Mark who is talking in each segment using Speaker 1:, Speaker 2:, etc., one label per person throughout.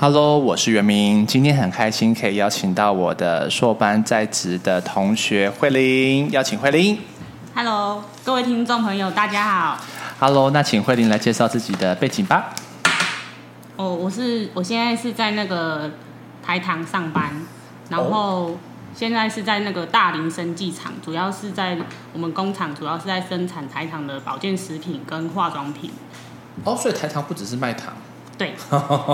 Speaker 1: Hello，我是袁明，今天很开心可以邀请到我的硕班在职的同学慧玲，邀请慧玲。
Speaker 2: Hello，各位听众朋友，大家好。
Speaker 1: Hello，那请慧玲来介绍自己的背景吧。
Speaker 2: 哦，我是我现在是在那个台糖上班，然后现在是在那个大林生技厂，主要是在我们工厂，主要是在生产台糖的保健食品跟化妆品。
Speaker 1: 哦，所以台糖不只是卖糖，
Speaker 2: 对，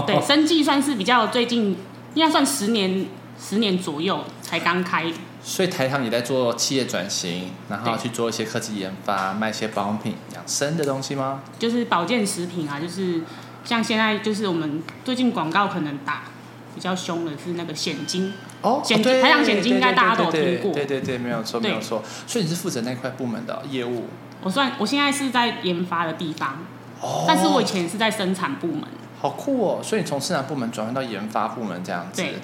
Speaker 2: 对，生技算是比较最近，应该算十年十年左右才刚开。
Speaker 1: 所以台糖也在做企业转型，然后
Speaker 2: 对
Speaker 1: 去做一些科技研发，卖一些保养品、养生的东西吗？
Speaker 2: 就是保健食品啊，就是像现在就是我们最近广告可能打比较凶的是那个险金，
Speaker 1: 哦，
Speaker 2: 险
Speaker 1: 对
Speaker 2: 台糖险金
Speaker 1: 对
Speaker 2: 应该大家都有
Speaker 1: 对对
Speaker 2: 听过
Speaker 1: 对对对，没有错，没
Speaker 2: 对
Speaker 1: 有错。所以你是负责那块部门的业务。
Speaker 2: 我算我现在是在研发的地方，
Speaker 1: 哦，
Speaker 2: 但是我以前是在生产部门，
Speaker 1: 好酷哦！所以你从生产部门转换到研发部门这样子
Speaker 2: 对，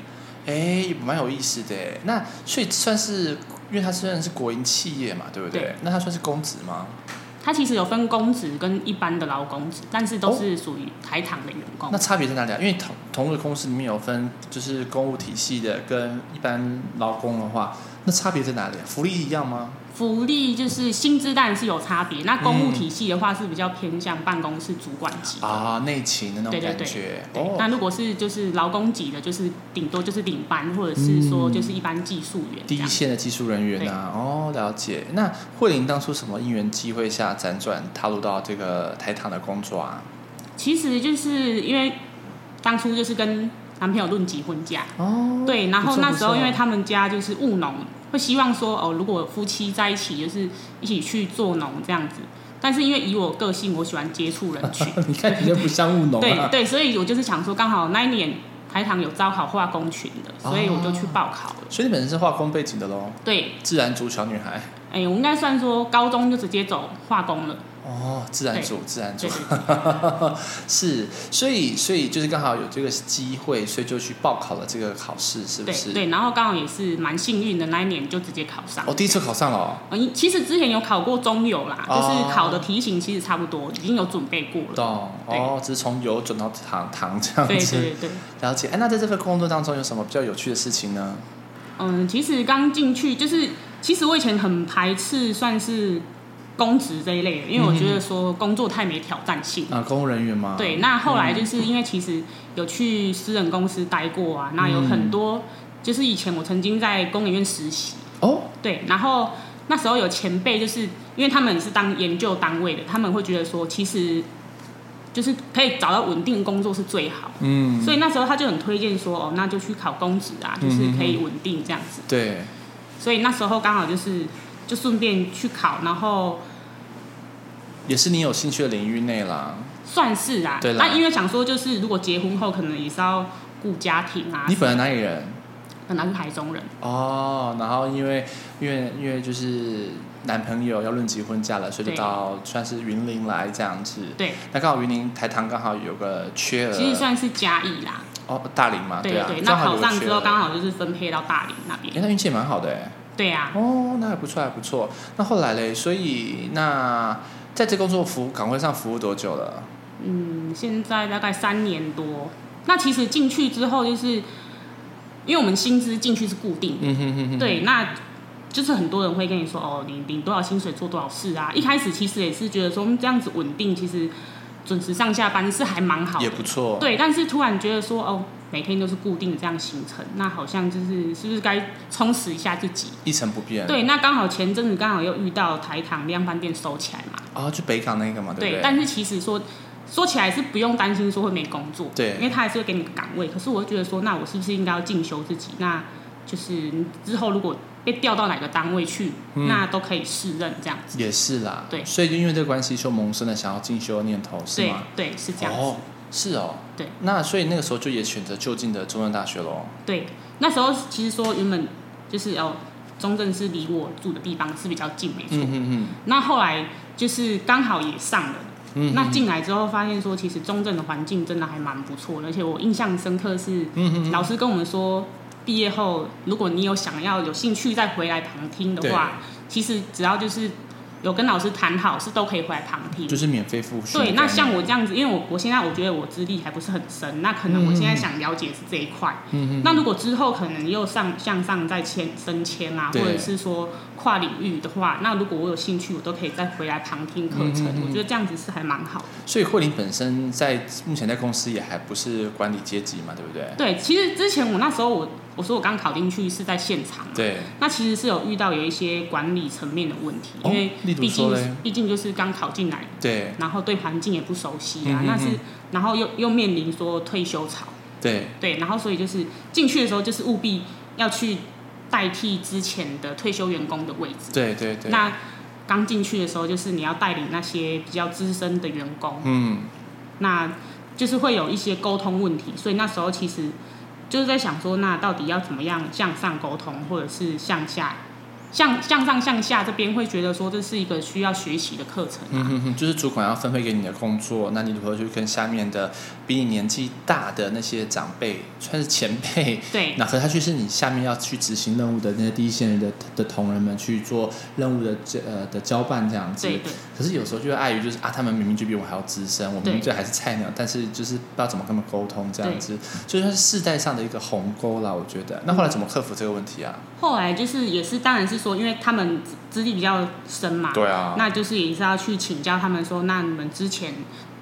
Speaker 1: 哎，蛮有意思的耶。那所以算是，因为它虽然是国营企业嘛，对不对？
Speaker 2: 对
Speaker 1: 那它算是公职吗？
Speaker 2: 它其实有分公职跟一般的劳工职，但是都是属于台糖的员工。
Speaker 1: 哦那差别在哪里啊？因为同同一个公司里面有分，就是公务体系的跟一般劳工的话，那差别在哪里啊？福利一样吗？
Speaker 2: 福利就是薪资当然是有差别，那公务体系的话是比较偏向办公室主管级。
Speaker 1: 嗯啊，内勤的那种
Speaker 2: 对对
Speaker 1: 感
Speaker 2: 对
Speaker 1: 觉
Speaker 2: 对
Speaker 1: 哦，
Speaker 2: 那如果是就是劳工级的，就是顶多就是领班，或者是说就是一般技术员这
Speaker 1: 嗯第一
Speaker 2: 样。
Speaker 1: 线的技术人员啊，哦，了解。那慧玲当初什么因缘机会下辗转踏入到这个台糖的工作啊？
Speaker 2: 其实就是因为当初就是跟男朋友论及婚嫁，
Speaker 1: 哦，
Speaker 2: 对，然
Speaker 1: 不
Speaker 2: 后
Speaker 1: 错
Speaker 2: 那
Speaker 1: 不
Speaker 2: 时候因
Speaker 1: 错
Speaker 2: 为他们家就是务农，会希望说哦，如果夫妻在一起，就是一起去做农这样子。但是因为以我个性，我喜欢接触人 群，
Speaker 1: 你看你就不像务农
Speaker 2: 对
Speaker 1: 啊。
Speaker 2: 对，所以我就是想说，刚好那一年台糖有招考化工群的，所以我就去报考了。
Speaker 1: 所以你本身是化工背景的喽，
Speaker 2: 对，
Speaker 1: 自然组小女孩。
Speaker 2: 哎，我应该算说高中就直接走化工了。
Speaker 1: 哦，自然组，自然组
Speaker 2: 对对对，
Speaker 1: 是，所以所以就是刚好有这个机会，所以就去报考了这个考试，是不
Speaker 2: 对
Speaker 1: 是？
Speaker 2: 对，然后刚好也是蛮幸运的，那一年就直接考上
Speaker 1: 我、。第一次考上了、哦，
Speaker 2: 呃其实之前有考过中游啦，就
Speaker 1: 哦
Speaker 2: 是考的题型其实差不多，已经有准备过了。
Speaker 1: 懂哦，只是从油转到糖糖这样
Speaker 2: 对
Speaker 1: 子。
Speaker 2: 对对对。
Speaker 1: 了解。哎，那在这份工作当中有什么比较有趣的事情呢？
Speaker 2: 嗯，其实刚进去就是，其实我以前很排斥算是公职这一类的，因为我觉得说工作太没挑战性。
Speaker 1: 嗯啊、嗯公务人员吗？
Speaker 2: 对，那后来就是因为其实有去私人公司待过啊，那有
Speaker 1: 嗯
Speaker 2: 很多就是以前我曾经在工研院实习，
Speaker 1: 哦，
Speaker 2: 对，然后那时候有前辈就是因为他们是当研究单位的，他们会觉得说其实就是可以找到稳定工作是最好，
Speaker 1: 嗯，
Speaker 2: 所以那时候他就很推荐说哦，那就去考公职啊，
Speaker 1: 嗯
Speaker 2: 就是可以稳定这样子。
Speaker 1: 对，
Speaker 2: 所以那时候刚好就是就顺便去考，然后
Speaker 1: 也是你有兴趣的领域内啦。
Speaker 2: 算是啊，
Speaker 1: 对啦
Speaker 2: 那因为想说就是如果结婚后可能也是要顾家庭啊，
Speaker 1: 你本来哪里人？
Speaker 2: 本来是台中人，
Speaker 1: 哦，然后因为因为因为就是男朋友要论及婚嫁了，所以就
Speaker 2: 对
Speaker 1: 到算是云林来这样子。
Speaker 2: 对，
Speaker 1: 那刚好云林台糖刚好有个缺额，
Speaker 2: 其实算是嘉义啦，
Speaker 1: 哦大林嘛，
Speaker 2: 对
Speaker 1: 呃啊，
Speaker 2: 对，那
Speaker 1: 刚好
Speaker 2: 考
Speaker 1: 有个
Speaker 2: 上
Speaker 1: 缺
Speaker 2: 之
Speaker 1: 额
Speaker 2: 后刚，好就是分配到大林那边，
Speaker 1: 哎，那运气也蛮好的哎，
Speaker 2: 对啊，
Speaker 1: 哦，那还不错还不错。那后来嘞，所以那在这工作服务岗位上服务多久了？
Speaker 2: 嗯，现在大概三年多，那其实进去之后就是。因为我们薪资进去是固定的，
Speaker 1: 嗯哼哼哼，
Speaker 2: 对，那就是很多人会跟你说，哦，你领多少薪水做多少事啊。一开始其实也是觉得说，嗯这样子稳定，其实准时上下班是还蛮好
Speaker 1: 也
Speaker 2: 的。
Speaker 1: 不错，，
Speaker 2: 对，但是突然觉得说，哦，每天都是固定的这样行程，那好像就是是不是该充实一下自己？
Speaker 1: 一成不变。，
Speaker 2: 对，那刚好前阵子刚好又遇到台糖量贩店收起来嘛，
Speaker 1: 哦，就北港那个嘛，不对？
Speaker 2: 但是其实说。说起来是不用担心说会没工作，
Speaker 1: 对
Speaker 2: 因为他还是会给你个岗位。可是我会觉得说，那我是不是应该要进修自己？那就是你之后如果被调到哪个单位去，
Speaker 1: 嗯
Speaker 2: 那都可以适任这样子。
Speaker 1: 也是啦，
Speaker 2: 对
Speaker 1: 所以就因为这个关系，就萌生了想要进修的念头，是
Speaker 2: 对
Speaker 1: 吗？
Speaker 2: 对，是这样子。
Speaker 1: 哦，是哦，
Speaker 2: 对。
Speaker 1: 那所以那个时候就也选择就近的中央大学喽。
Speaker 2: 对，那时候其实说原本就是哦，中正是离我住的地方是比较近，没错。
Speaker 1: 嗯嗯嗯，
Speaker 2: 那后来就是刚好也上了。那进来之后发现说，其实中正的环境真的还蛮不错的，而且我印象深刻是，
Speaker 1: 嗯
Speaker 2: 老师跟我们说，毕业后如果你有想要有兴趣再回来旁听的话，其实只要就是有跟老师谈好，是都可以回来旁听。
Speaker 1: 就是免费复训的概
Speaker 2: 嗯对，
Speaker 1: 念。
Speaker 2: 那像我这样子，因为我我现在我觉得我资历还不是很深，那可
Speaker 1: 嗯
Speaker 2: 能我现在想了解是这一块。嗯那如果之后可能又上向上再签升迁啊，或
Speaker 1: 对
Speaker 2: 者是说跨领域的话，那如果我有兴趣，我都可以再回来旁听课
Speaker 1: 嗯
Speaker 2: 程。我觉得这样子是还蛮好的。
Speaker 1: 所以慧玲本身在目前在公司也还不是管理阶级嘛，对不对？
Speaker 2: 对，其实之前我那时候我我说我刚考进去是在现场嘛，
Speaker 1: 对，
Speaker 2: 那其实是有遇到有一些管理层面的问题，
Speaker 1: 哦
Speaker 2: 因为
Speaker 1: 例如
Speaker 2: 毕
Speaker 1: 说嘞
Speaker 2: 竟毕竟就是刚考进来，
Speaker 1: 对，
Speaker 2: 然后对环境也不熟悉
Speaker 1: 嗯
Speaker 2: 啊
Speaker 1: 哼，
Speaker 2: 那
Speaker 1: 哼
Speaker 2: 是然后又又面临说退休潮。
Speaker 1: 对，
Speaker 2: 对，然后所以就是进去的时候，就是务必要去代替之前的退休员工的位置。
Speaker 1: 对，对，对。
Speaker 2: 那刚进去的时候，就是你要带领那些比较资深的员工，
Speaker 1: 嗯，
Speaker 2: 那就是会有一些沟通问题，所以那时候其实就是在想说，那到底要怎么样向上沟通，或者是向下。向向上向下这边会觉得说这是一个需要学习的课程
Speaker 1: 嗯
Speaker 2: 啊，
Speaker 1: 哼哼，就是主管要分配给你的工作，那你如何去跟下面的比你年纪大的那些长辈，算是前辈，
Speaker 2: 对，
Speaker 1: 那可是他却是你下面要去执行任务的那些第一线的的同仁们去做任务的这呃的交办这样子。
Speaker 2: 对对
Speaker 1: 可是有时候就会碍于就是啊，他们明明就比我还要资深，我明明就还是菜鸟，但是就是不知道怎么跟他们沟通这样子，所以它是世代上的一个鸿沟啦，我觉得。
Speaker 2: 嗯
Speaker 1: 那后来怎么克服这个问题啊？
Speaker 2: 后来就是也是当然是说，因为他们资资历比较深嘛，
Speaker 1: 对啊
Speaker 2: 那就是也是要去请教他们说，那你们之前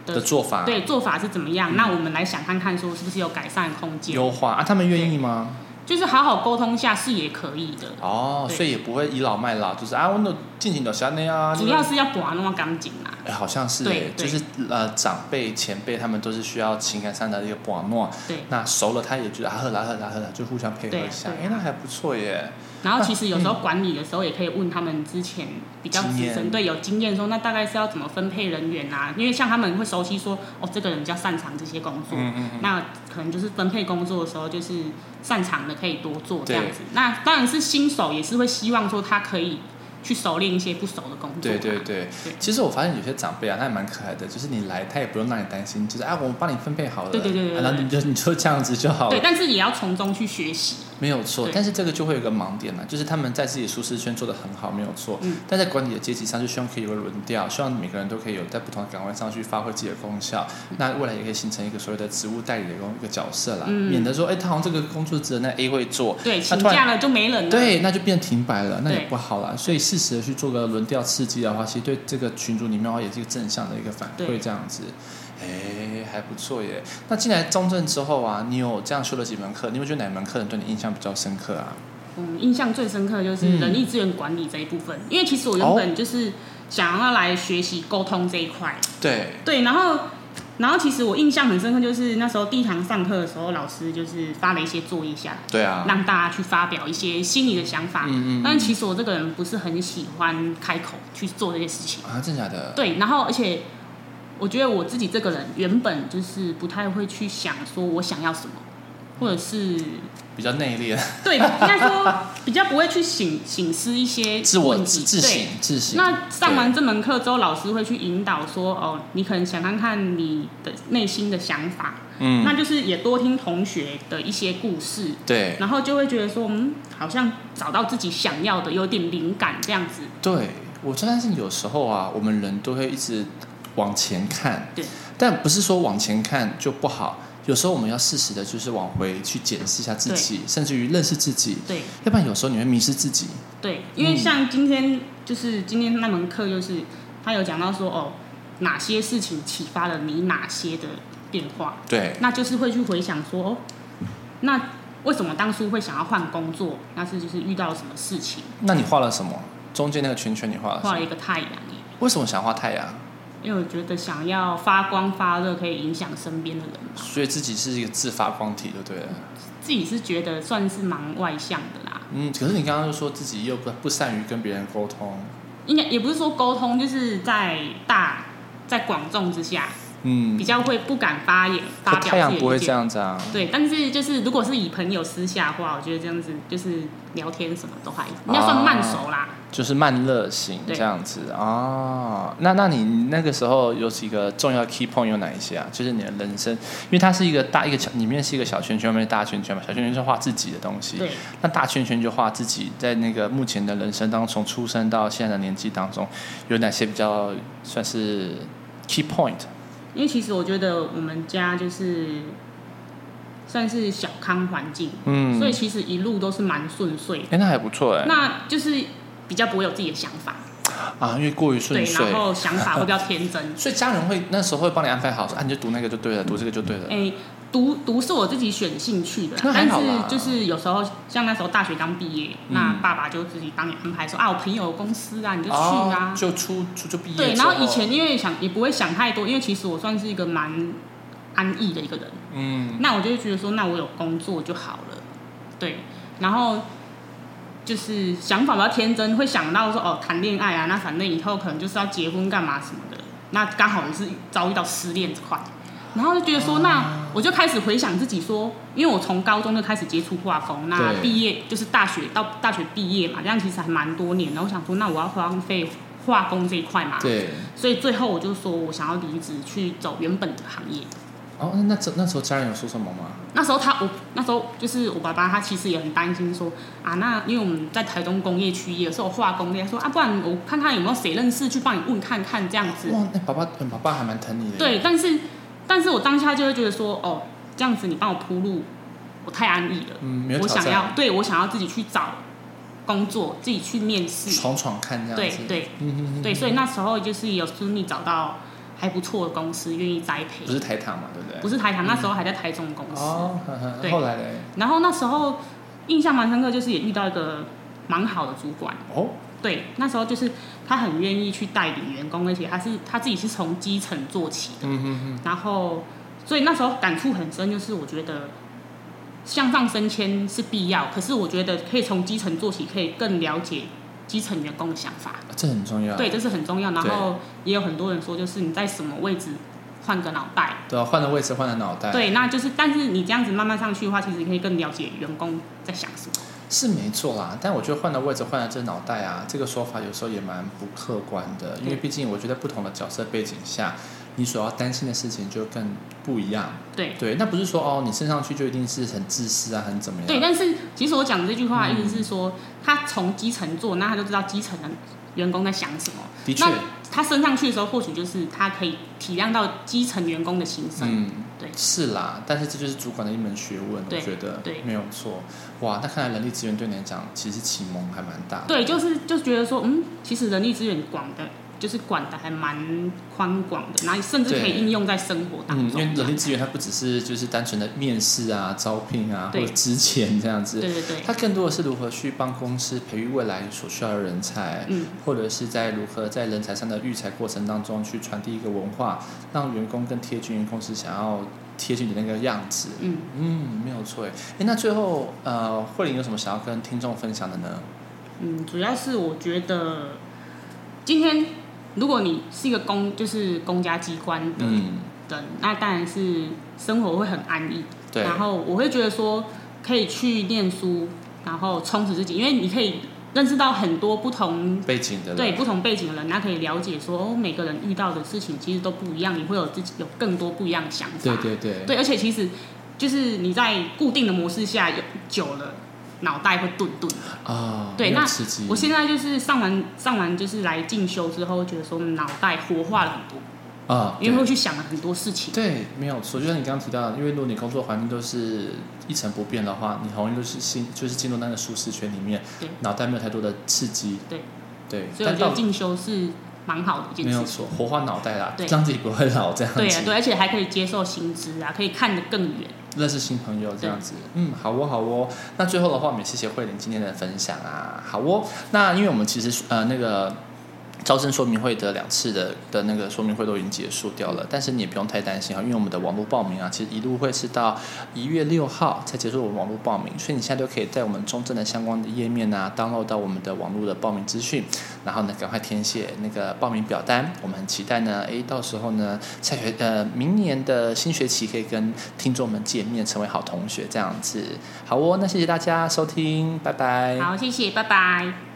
Speaker 2: 的
Speaker 1: 的做法
Speaker 2: 对做法是怎么样？那我们来想看看，说是不是有改善空间？
Speaker 1: 优化啊，他们愿意吗？
Speaker 2: 就是好好沟通下是也可以的，
Speaker 1: 哦，
Speaker 2: 对
Speaker 1: 所以也不会倚老卖老，就是啊，我那进行的啥那样啊，
Speaker 2: 主要是要把那么干净啦。
Speaker 1: 哎，好像是
Speaker 2: 对
Speaker 1: 哎，就
Speaker 2: 对
Speaker 1: 是呃，长辈前辈他们都是需要情感上的一个把握。
Speaker 2: 对，
Speaker 1: 那熟了，他也觉得啊呵啦呵啦呵啦，就互相配合
Speaker 2: 对啊
Speaker 1: 一下，
Speaker 2: 对啊
Speaker 1: 哎、那还不错耶。
Speaker 2: 然后其实有时候管理的时候也可以问他们之前比较
Speaker 1: 经
Speaker 2: 资
Speaker 1: 验
Speaker 2: 深，对有经验说那大概是要怎么分配人员啊？因为像他们会熟悉说哦，这个人比较擅长这些工作，
Speaker 1: 嗯嗯嗯，
Speaker 2: 那可能就是分配工作的时候，就是擅长的可以多做这
Speaker 1: 对
Speaker 2: 样子。那当然是新手也是会希望说他可以去熟练一些不熟的工作、
Speaker 1: 对
Speaker 2: 啊
Speaker 1: 对，对
Speaker 2: 对。
Speaker 1: 其实我发现有些长辈啊，他也蛮可爱的，就是你来，他也不用让你担心，就是啊，我帮你分配好了，
Speaker 2: 对对对对对
Speaker 1: 啊然后你就你 就这样子就好
Speaker 2: 对，
Speaker 1: 了，
Speaker 2: 但是也要从中去学习。
Speaker 1: 没有错
Speaker 2: 对。
Speaker 1: 但是这个就会有一个盲点呢、就是他们在自己的舒适圈做得很好，没有错。
Speaker 2: 嗯
Speaker 1: 但在管理的阶级上，就希望可以有个轮调，希望每个人都可以有在不同的岗位上去发挥自己的功效。那未来也可以形成一个所谓的职务代理的一个一个角色啦，
Speaker 2: 嗯
Speaker 1: 免得说，哎，他好像这个工作只能那 A 会做，
Speaker 2: 对，
Speaker 1: 那
Speaker 2: 请
Speaker 1: 突然
Speaker 2: 假了就没人了。
Speaker 1: 对，那就变停摆了，那也
Speaker 2: 对
Speaker 1: 不好啦。所以适时的去做个轮调刺激的话，其实对这个群组里面的话也是一个正向的一个反馈，
Speaker 2: 对
Speaker 1: 这样子。哎，还不错耶。那进来中正之后啊，你有这样修了几门课？你有没有觉得哪门课对你印象比较深刻啊？
Speaker 2: 嗯，印象最深刻的就是
Speaker 1: 嗯
Speaker 2: 人力资源管理这一部分，因为其实我
Speaker 1: 哦
Speaker 2: 原本就是想要来学习沟通这一块。
Speaker 1: 对，
Speaker 2: 对，然后。然后其实我印象很深刻，就是那时候第一堂上课的时候，老师就是发了一些作业下来，
Speaker 1: 对啊，
Speaker 2: 让大家去发表一些心里的想法。
Speaker 1: 嗯嗯嗯
Speaker 2: 但其实我这个人不是很喜欢开口去做这些事情。
Speaker 1: 啊，真假的？
Speaker 2: 对，然后而且我觉得我自己这个人原本就是不太会去想说我想要什么，或者是
Speaker 1: 比较内敛，
Speaker 2: 对，应该说比较不会去醒醒思一些
Speaker 1: 自我
Speaker 2: 问
Speaker 1: 自
Speaker 2: 题
Speaker 1: 自
Speaker 2: 对
Speaker 1: 省自省。
Speaker 2: 那上完这门课之后，老师会去引导说，哦，你可能想看看你的内心的想法，
Speaker 1: 嗯，
Speaker 2: 那就是也多听同学的一些故事，
Speaker 1: 对
Speaker 2: 然后就会觉得说，嗯，好像找到自己想要的，有点灵感这样子。
Speaker 1: 对，我真的是有时候啊，我们人都会一直往前看，
Speaker 2: 对，
Speaker 1: 但不是说往前看就不好，有时候我们要适时的，就是往回去检视一下自己，甚至于认识自己，
Speaker 2: 对
Speaker 1: 要不然有时候你会迷失自己。
Speaker 2: 对，
Speaker 1: 嗯
Speaker 2: 因为像今天就是今天那门课，就是他有讲到说，哦，哪些事情启发了你哪些的变化，
Speaker 1: 对，
Speaker 2: 那就是会去回想说，哦，那为什么当初会想要换工作？那是就是遇到了什么事情，
Speaker 1: 那你画了什么？中间那个圈圈你画了什
Speaker 2: 画
Speaker 1: 么
Speaker 2: 了？一个太阳耶。
Speaker 1: 为什么想画太阳？
Speaker 2: 因为我觉得想要发光发热，可以影响身边的人嘛。
Speaker 1: 所以自己是一个自发光体，对不对了？
Speaker 2: 自己是觉得算是蛮外向的啦，
Speaker 1: 嗯，可是你刚刚又说自己又不不善于跟别人沟通，
Speaker 2: 应该也不是说沟通，就是在大在广众之下，
Speaker 1: 嗯
Speaker 2: 比，较会不敢发言发
Speaker 1: 可
Speaker 2: 表
Speaker 1: 太
Speaker 2: 自
Speaker 1: 阳
Speaker 2: 己
Speaker 1: 不
Speaker 2: 的
Speaker 1: 会
Speaker 2: 意
Speaker 1: 这
Speaker 2: 见。
Speaker 1: 样子啊。
Speaker 2: 对，但是就是如果是以朋友私下话，我觉得这样子就是聊天什么都还应该算慢熟啦。
Speaker 1: 就是慢热型这
Speaker 2: 对
Speaker 1: 样子哦。那那你那个时候有几个重要 key point 有哪一些啊？就是你的人生，因为它是一个大一个小，里面是一个小圈圈，外面是大圈圈嘛。小圈圈是画自己的东西，
Speaker 2: 对，
Speaker 1: 那大圈圈就画自己在那个目前的人生当中，从出生到现在的年纪当中，有哪些比较算是 key point？
Speaker 2: 因为其实我觉得我们家就是算是小康环境，
Speaker 1: 嗯，
Speaker 2: 所以其实一路都是蛮顺遂的。
Speaker 1: 哎、那还不错哎、
Speaker 2: 那就是比较不会有自己的想法，
Speaker 1: 啊，因为过于顺
Speaker 2: 对，
Speaker 1: 遂。
Speaker 2: 然，后想法会比较天真
Speaker 1: 所以家人会那时候会帮你安排好，说啊你就读那个就对了，读这个就对了。
Speaker 2: 哎、读读是我自己选兴趣的啦，
Speaker 1: 那还
Speaker 2: 但
Speaker 1: 好啦嗯
Speaker 2: 是就是有时候像那时候大学刚毕业，那爸爸就自己帮你安排说啊，我朋友有公司啊，你就去啊。
Speaker 1: 哦就出出就毕业之。
Speaker 2: 对，然后以前因为想也不会想太多，因为其实我算是一个蛮安逸的一个人，
Speaker 1: 嗯，
Speaker 2: 那我就会觉得说，那我有工作就好了，对，然后就是想法比较天真，会想到说哦，谈恋爱啊，那反正以后可能就是要结婚干嘛什么的，那刚好也是遭遇到失恋这块，然后就觉得说，
Speaker 1: 哦
Speaker 2: 那我就开始回想自己说，因为我从高中就开始接触画风，那
Speaker 1: 对
Speaker 2: 毕业就是大学到大学毕业嘛，这样其实还蛮多年，然后我想说，那我要荒废画工这一块嘛，
Speaker 1: 对，
Speaker 2: 所以最后我就说我想要离职去走原本的行业。
Speaker 1: 哦，那那时那时候家人有说什么吗？
Speaker 2: 那时候他我那时候就是我爸爸，他其实也很担心说啊，那因为我们在台东工业区也是有化工的，说啊，不然我看看有没有谁认识去帮你问看看这样子。
Speaker 1: 哇，那爸爸，嗯爸爸还蛮疼你的。
Speaker 2: 对，，但是但是我当下就会觉得说，哦，这样子你帮我铺路，我太安逸了，
Speaker 1: 嗯，没有
Speaker 2: 我
Speaker 1: 挑
Speaker 2: 想要
Speaker 1: 战，
Speaker 2: 对我想要自己去找工作，自己去面试，
Speaker 1: 闯闯看哦这
Speaker 2: 对
Speaker 1: 样子。，
Speaker 2: 对
Speaker 1: 嗯嗯嗯，
Speaker 2: 对，所以那时候就是有顺利找到还不错的公司愿意栽培
Speaker 1: 嗯不，是台糖嘛，对不对？
Speaker 2: 不是台糖，那时候还在台中公司。
Speaker 1: 哦，呵呵
Speaker 2: 对
Speaker 1: 后来嘞，
Speaker 2: 然后那时候印象蛮深刻，就是也遇到一个蛮好的主管，
Speaker 1: 哦，
Speaker 2: 对，那时候就是他很愿意去带领员工，而且他是他自己是从基层做起的，
Speaker 1: 嗯嗯嗯，
Speaker 2: 然后所以那时候感触很深，就是我觉得向上升迁是必要，可是我觉得可以从基层做起，可以更了解基层员工的想法，
Speaker 1: 嗯这很重要。
Speaker 2: 对，这是很重要。然
Speaker 1: 对
Speaker 2: 后也有很多人说，就是你在什么位置换个脑袋，
Speaker 1: 对啊，换了位置，换了脑袋。，
Speaker 2: 对，那就是但是你这样子慢慢上去的话，其实可以更了解员工在想什么。
Speaker 1: 是没错啦。但我觉得换了位置，换了这脑袋啊，这个说法有时候也蛮不客观的，因为
Speaker 2: 对
Speaker 1: 毕竟我觉得不同的角色背景下，你所要担心的事情就更不一样。
Speaker 2: 对
Speaker 1: 对，那不是说哦，你升上去就一定是很自私啊，很怎么样？
Speaker 2: 对，但是其实我讲这句话的意思是
Speaker 1: 嗯
Speaker 2: 说，他从基层做，那他就知道基层的员工在想什么。
Speaker 1: 的确
Speaker 2: 那，他升上去的时候，或许就是他可以体谅到基层员工的心声。
Speaker 1: 嗯，
Speaker 2: 对
Speaker 1: 是啦，但是这就是主管的一门学问，我
Speaker 2: 对
Speaker 1: 觉得
Speaker 2: 对
Speaker 1: 没有错。哇，那看来人力资源对你来讲，其实启蒙还蛮大的。
Speaker 2: 对，就是就觉得说，嗯，其实人力资源广的，就是管的还蛮宽广的，然后甚至可
Speaker 1: 对
Speaker 2: 以应用在生活
Speaker 1: 嗯
Speaker 2: 当，
Speaker 1: 因
Speaker 2: 中。
Speaker 1: 为人力资源它不只是就是单纯的面试啊、招聘啊或
Speaker 2: 对
Speaker 1: 者之前这样
Speaker 2: 对
Speaker 1: 子，
Speaker 2: 对对，
Speaker 1: 它更多的是如何去帮公司培育未来所需要的人才，
Speaker 2: 嗯，
Speaker 1: 或者是在如何在人才上的育才过程当中去传递一个文化，让员工更贴近于公司想要贴近的那个样子。
Speaker 2: 嗯，
Speaker 1: 嗯，没有错诶。哎，那最后呃，慧玲有什么想要跟听众分享的呢？
Speaker 2: 嗯，主要是我觉得今天如果你是一个公，就是公家机关的人，
Speaker 1: 嗯，
Speaker 2: 那当然是生活会很安逸。
Speaker 1: 对，
Speaker 2: 然后我会觉得说，可以去念书，然后充实自己，因为你可以认识到很多不同
Speaker 1: 背景的人
Speaker 2: 对不同背景的人，那可以了解说，哦，每个人遇到的事情其实都不一样，你会有自己有更多不一样的想法。
Speaker 1: 对对对
Speaker 2: 对而且其实就是你在固定的模式下有久了，脑袋会钝钝的。
Speaker 1: 啊，
Speaker 2: 对
Speaker 1: 没有
Speaker 2: 那
Speaker 1: 刺激
Speaker 2: 我现在就是上完上完就是来进修之后，觉得说脑袋活化了很多，
Speaker 1: 啊，
Speaker 2: 因为
Speaker 1: 对
Speaker 2: 会去想了很多事情。
Speaker 1: 对，没有错。就像你刚刚提到的，因为如果你工作环境都是一成不变的话，你很容易就是进就是进入那个舒适圈里面
Speaker 2: 对，
Speaker 1: 脑袋没有太多的刺激。
Speaker 2: 对
Speaker 1: 对，
Speaker 2: 所以我
Speaker 1: 但
Speaker 2: 觉得
Speaker 1: 到
Speaker 2: 进修是蛮好的一
Speaker 1: 没
Speaker 2: 件
Speaker 1: 有
Speaker 2: 事情。
Speaker 1: 错，活化脑袋啦，
Speaker 2: 对
Speaker 1: 让自己不会老这样子。
Speaker 2: 对啊，对，而且还可以接受薪资啊，可以看得更远。
Speaker 1: 认识新朋友这样子。嗯，好哦，好哦。那最后的话，我们也谢谢慧玲今天的分享啊，好哦。那因为我们其实呃那个。招生说明会的两次的的那个说明会都已经结束掉了，但是你也不用太担心啊，因为我们的网络报名啊，其实一路会是到一月六号才结束我们网络报名，所以你现在都可以在我们中正的相关的页面啊，download 到我们的网络的报名资讯，然后呢，赶快填写那个报名表单。我们很期待呢，诶，到时候呢，下学呃明年的新学期可以跟听众们见面，成为好同学这样子。好哦，那谢谢大家收听，拜拜。
Speaker 2: 好，谢谢，拜拜。